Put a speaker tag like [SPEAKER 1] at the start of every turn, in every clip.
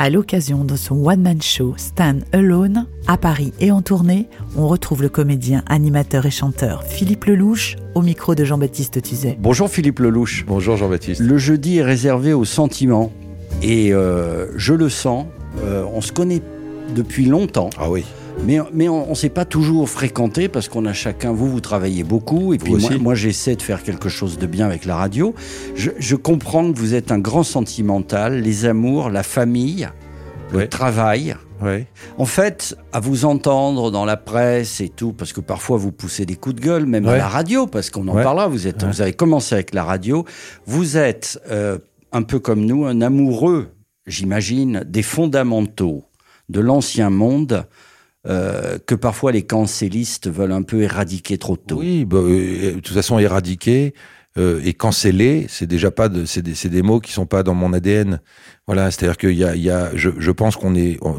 [SPEAKER 1] À l'occasion de son one-man show Stan Alone, à Paris et en tournée, on retrouve le comédien, animateur et chanteur Philippe Lelouch au micro de Jean-Baptiste Tuzet.
[SPEAKER 2] Bonjour Philippe Lelouch.
[SPEAKER 3] Bonjour Jean-Baptiste.
[SPEAKER 2] Le jeudi est réservé aux sentiments et euh, je le sens. euh, on se connaît depuis longtemps,
[SPEAKER 3] Ah oui.
[SPEAKER 2] mais, mais on ne s'est pas toujours fréquenté parce qu'on a chacun, vous, vous travaillez beaucoup et puis moi,
[SPEAKER 3] aussi.
[SPEAKER 2] moi, j'essaie de faire quelque chose de bien avec la radio. Je, je comprends que vous êtes un grand sentimental, les amours, la famille,
[SPEAKER 3] Ouais.
[SPEAKER 2] le travail.
[SPEAKER 3] Ouais.
[SPEAKER 2] En fait, à vous entendre dans la presse et tout, parce que parfois vous poussez des coups de gueule, même à
[SPEAKER 3] Ouais.
[SPEAKER 2] la radio, parce qu'on en
[SPEAKER 3] Ouais.
[SPEAKER 2] parle là, vous, êtes, vous avez commencé avec la radio, vous êtes euh, un peu comme nous, un amoureux, j'imagine, des fondamentaux de l'ancien monde euh, que parfois les cancélistes veulent un peu éradiquer trop tôt.
[SPEAKER 3] Oui, bah, euh, de toute façon, éradiquer euh, et canceller, c'est déjà pas de, c'est des, c'est des mots qui sont pas dans mon ADN. Voilà, c'est-à-dire qu'il y a, il y a je, je pense qu'on est, on,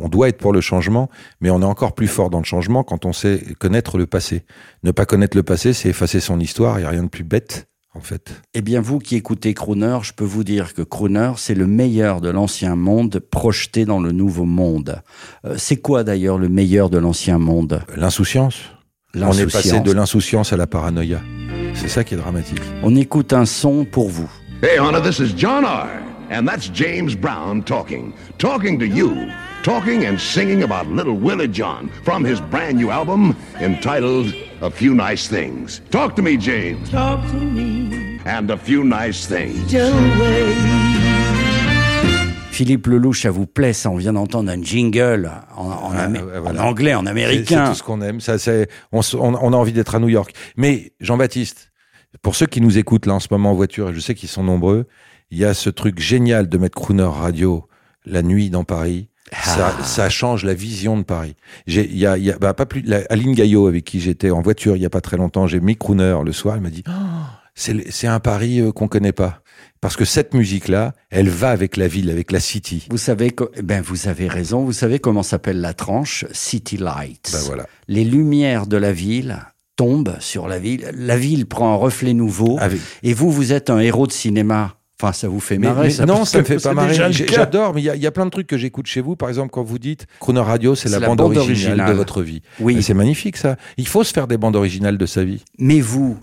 [SPEAKER 3] on doit être pour le changement, mais on est encore plus fort dans le changement quand on sait connaître le passé. Ne pas connaître le passé, c'est effacer son histoire. Il y a rien de plus bête, en fait.
[SPEAKER 2] Eh bien, vous qui écoutez Crooner, je peux vous dire que Crooner, c'est le meilleur de l'ancien monde projeté dans le nouveau monde. Euh, c'est quoi d'ailleurs le meilleur de l'ancien monde
[SPEAKER 3] L'insouciance. On est passé
[SPEAKER 2] L'insouciance.
[SPEAKER 3] de l'insouciance à la paranoïa. C'est ça qui est dramatique.
[SPEAKER 2] On écoute un son pour vous.
[SPEAKER 4] Hey, Honor, this is John R. And that's James Brown talking. Talking to you. Talking and singing about Little Willie John from his brand new album entitled A Few Nice Things. Talk to me, James. Talk to me. And a few nice things.
[SPEAKER 2] Philippe Lelouch, ça vous plaît ça On vient d'entendre un jingle en, en amé-
[SPEAKER 3] ouais,
[SPEAKER 2] en
[SPEAKER 3] Ah, voilà.
[SPEAKER 2] anglais, en
[SPEAKER 3] C'est c'est
[SPEAKER 2] américain.
[SPEAKER 3] tout ce qu'on aime. Ça, c'est, on, se- on- on a envie d'être à New York. Mais Jean-Baptiste, pour ceux qui nous écoutent là en ce moment en voiture, et je sais qu'ils sont nombreux, il y a ce truc génial de mettre Crooner Radio la nuit dans Paris.
[SPEAKER 5] Ah.
[SPEAKER 3] Ça,
[SPEAKER 2] Ah.
[SPEAKER 3] ça change la vision de Paris. J'ai, il y a, il y a- bah, pas plus, la- Aline Gaillot, avec qui j'étais en voiture il y a pas très longtemps, j'ai mis Crooner le soir, elle m'a dit, Oh, c'est, le- c'est un Paris euh, qu'on connaît pas. Parce que cette musique-là, elle va avec la ville, avec la city.
[SPEAKER 2] Vous savez, co- eh ben vous avez raison. Vous savez comment s'appelle la tranche City Lights.
[SPEAKER 3] Ben voilà.
[SPEAKER 2] Les lumières de la ville tombent sur la ville. La ville prend un reflet nouveau.
[SPEAKER 3] Avec,
[SPEAKER 2] Et vous, vous êtes un héros de cinéma. Enfin, ça vous fait
[SPEAKER 3] Ah. Mais-
[SPEAKER 2] marrer.
[SPEAKER 3] mais
[SPEAKER 2] ça,
[SPEAKER 3] non,
[SPEAKER 2] parce
[SPEAKER 3] ça me
[SPEAKER 2] que
[SPEAKER 3] fait pas
[SPEAKER 2] c'est
[SPEAKER 3] marrer.
[SPEAKER 2] déjà le
[SPEAKER 3] J'ai-
[SPEAKER 2] cas.
[SPEAKER 3] J'adore, mais il y, a- il y a plein de trucs que j'écoute chez vous. Par exemple, quand vous dites Crooner Radio, c'est la, bande, originale, de votre vie.
[SPEAKER 2] Oui.
[SPEAKER 3] Mais C'est magnifique, ça. Il faut se faire des bandes originales de sa vie.
[SPEAKER 2] Mais vous,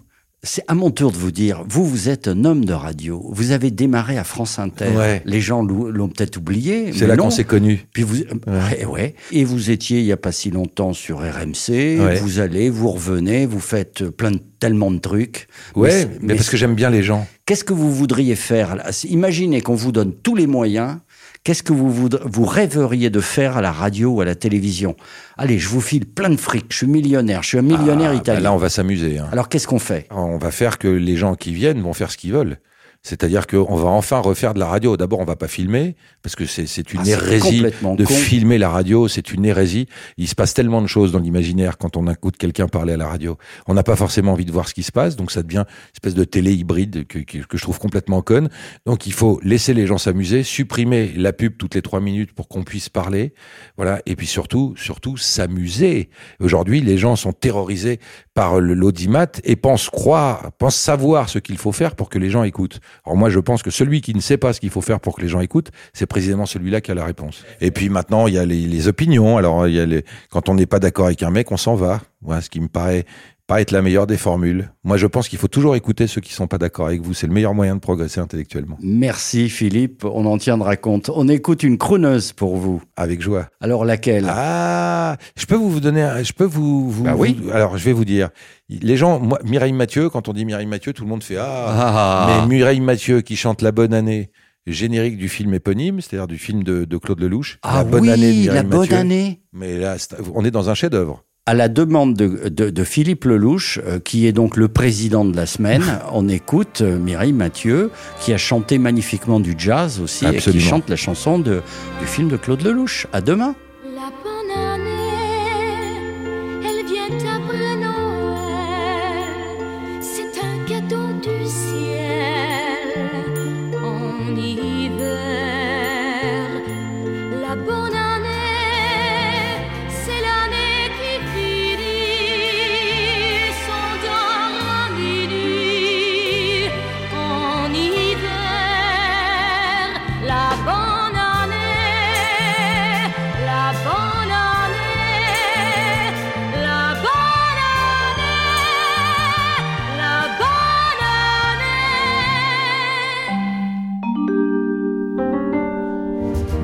[SPEAKER 2] c'est à mon tour de vous dire, vous, vous êtes un homme de radio. Vous avez démarré à France Inter.
[SPEAKER 3] Ouais.
[SPEAKER 2] Les gens l'ou- l'ont peut-être oublié.
[SPEAKER 3] C'est
[SPEAKER 2] mais
[SPEAKER 3] là
[SPEAKER 2] non.
[SPEAKER 3] qu'on s'est connus.
[SPEAKER 2] Puis vous, euh, ouais. ouais. Et vous étiez il n'y a pas si longtemps sur RMC. Vous allez, vous revenez, vous faites euh, plein de, tellement de trucs.
[SPEAKER 3] Ouais, mais,
[SPEAKER 2] Mais- mais-
[SPEAKER 3] parce que j'aime bien les gens.
[SPEAKER 2] Qu'est-ce que vous voudriez faire là Imaginez qu'on vous donne tous les moyens. Qu'est-ce que vous, voudr- vous rêveriez de faire à la radio ou à la télévision Allez, je vous file plein de fric. Je suis millionnaire. Je suis un millionnaire
[SPEAKER 3] Ah, bah
[SPEAKER 2] italien.
[SPEAKER 3] là, on va s'amuser. hein.
[SPEAKER 2] Alors qu'est-ce qu'on fait
[SPEAKER 3] On va faire que les gens qui viennent vont faire ce qu'ils veulent. C'est-à-dire qu'on va enfin refaire de la radio. D'abord, on va pas filmer, parce que c'est- c'est une
[SPEAKER 2] Ah, c'est
[SPEAKER 3] hérésie
[SPEAKER 2] complètement
[SPEAKER 3] de
[SPEAKER 2] con.
[SPEAKER 3] filmer la radio. C'est une hérésie. Il se passe tellement de choses dans l'imaginaire quand on écoute quelqu'un parler à la radio. On n'a pas forcément envie de voir ce qui se passe, donc ça devient une espèce de télé hybride que, que- que je trouve complètement conne. Donc il faut laisser les gens s'amuser, supprimer la pub toutes les trois minutes pour qu'on puisse parler, voilà. Et puis surtout, surtout s'amuser. Aujourd'hui, les gens sont terrorisés par le- l'audimat et pensent croire, pensent savoir ce qu'il faut faire pour que les gens écoutent. Alors moi, je pense que celui qui ne sait pas ce qu'il faut faire pour que les gens écoutent, c'est précisément celui-là qui a la réponse. Et puis maintenant, il y a les, les opinions. Alors, il y a les, quand on n'est pas d'accord avec un mec, on s'en va. Voilà, ce qui me paraît pas être la meilleure des formules. Moi, je pense qu'il faut toujours écouter ceux qui sont pas d'accord avec vous. C'est le meilleur moyen de progresser intellectuellement.
[SPEAKER 2] Merci Philippe, on en tiendra compte. On écoute une crooneuse pour vous.
[SPEAKER 3] Avec joie.
[SPEAKER 2] Alors laquelle
[SPEAKER 3] Ah, je peux vous donner, un- je peux vous, vous-
[SPEAKER 2] Bah oui.
[SPEAKER 3] vous- alors je vais vous dire, les gens, moi, Mireille Mathieu, quand on dit Mireille Mathieu, tout le monde fait ah, mais Mireille Mathieu qui chante La Bonne Année, générique du film éponyme, c'est-à-dire du film de, de Claude Lelouch,
[SPEAKER 2] Ah
[SPEAKER 3] La Bonne
[SPEAKER 2] oui,
[SPEAKER 3] Année, de Mireille
[SPEAKER 2] la bonne
[SPEAKER 3] Mathieu.
[SPEAKER 2] année.
[SPEAKER 3] Mais là, c'est- on est dans un chef-d'œuvre.
[SPEAKER 2] À la demande de, de- de Philippe Lelouch, euh, qui est donc le président de la semaine, on écoute euh, Mireille Mathieu, qui a chanté magnifiquement du jazz aussi, et
[SPEAKER 3] Absolument.
[SPEAKER 2] qui chante la chanson de- du film de Claude Lelouch. À demain.
[SPEAKER 6] La bonne année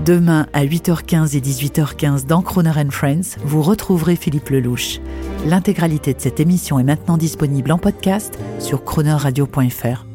[SPEAKER 1] Demain à 8h15 et 18h15 dans Croner and Friends, vous retrouverez Philippe Lelouch. L'intégralité de cette émission est maintenant disponible en podcast sur cronerradio.fr.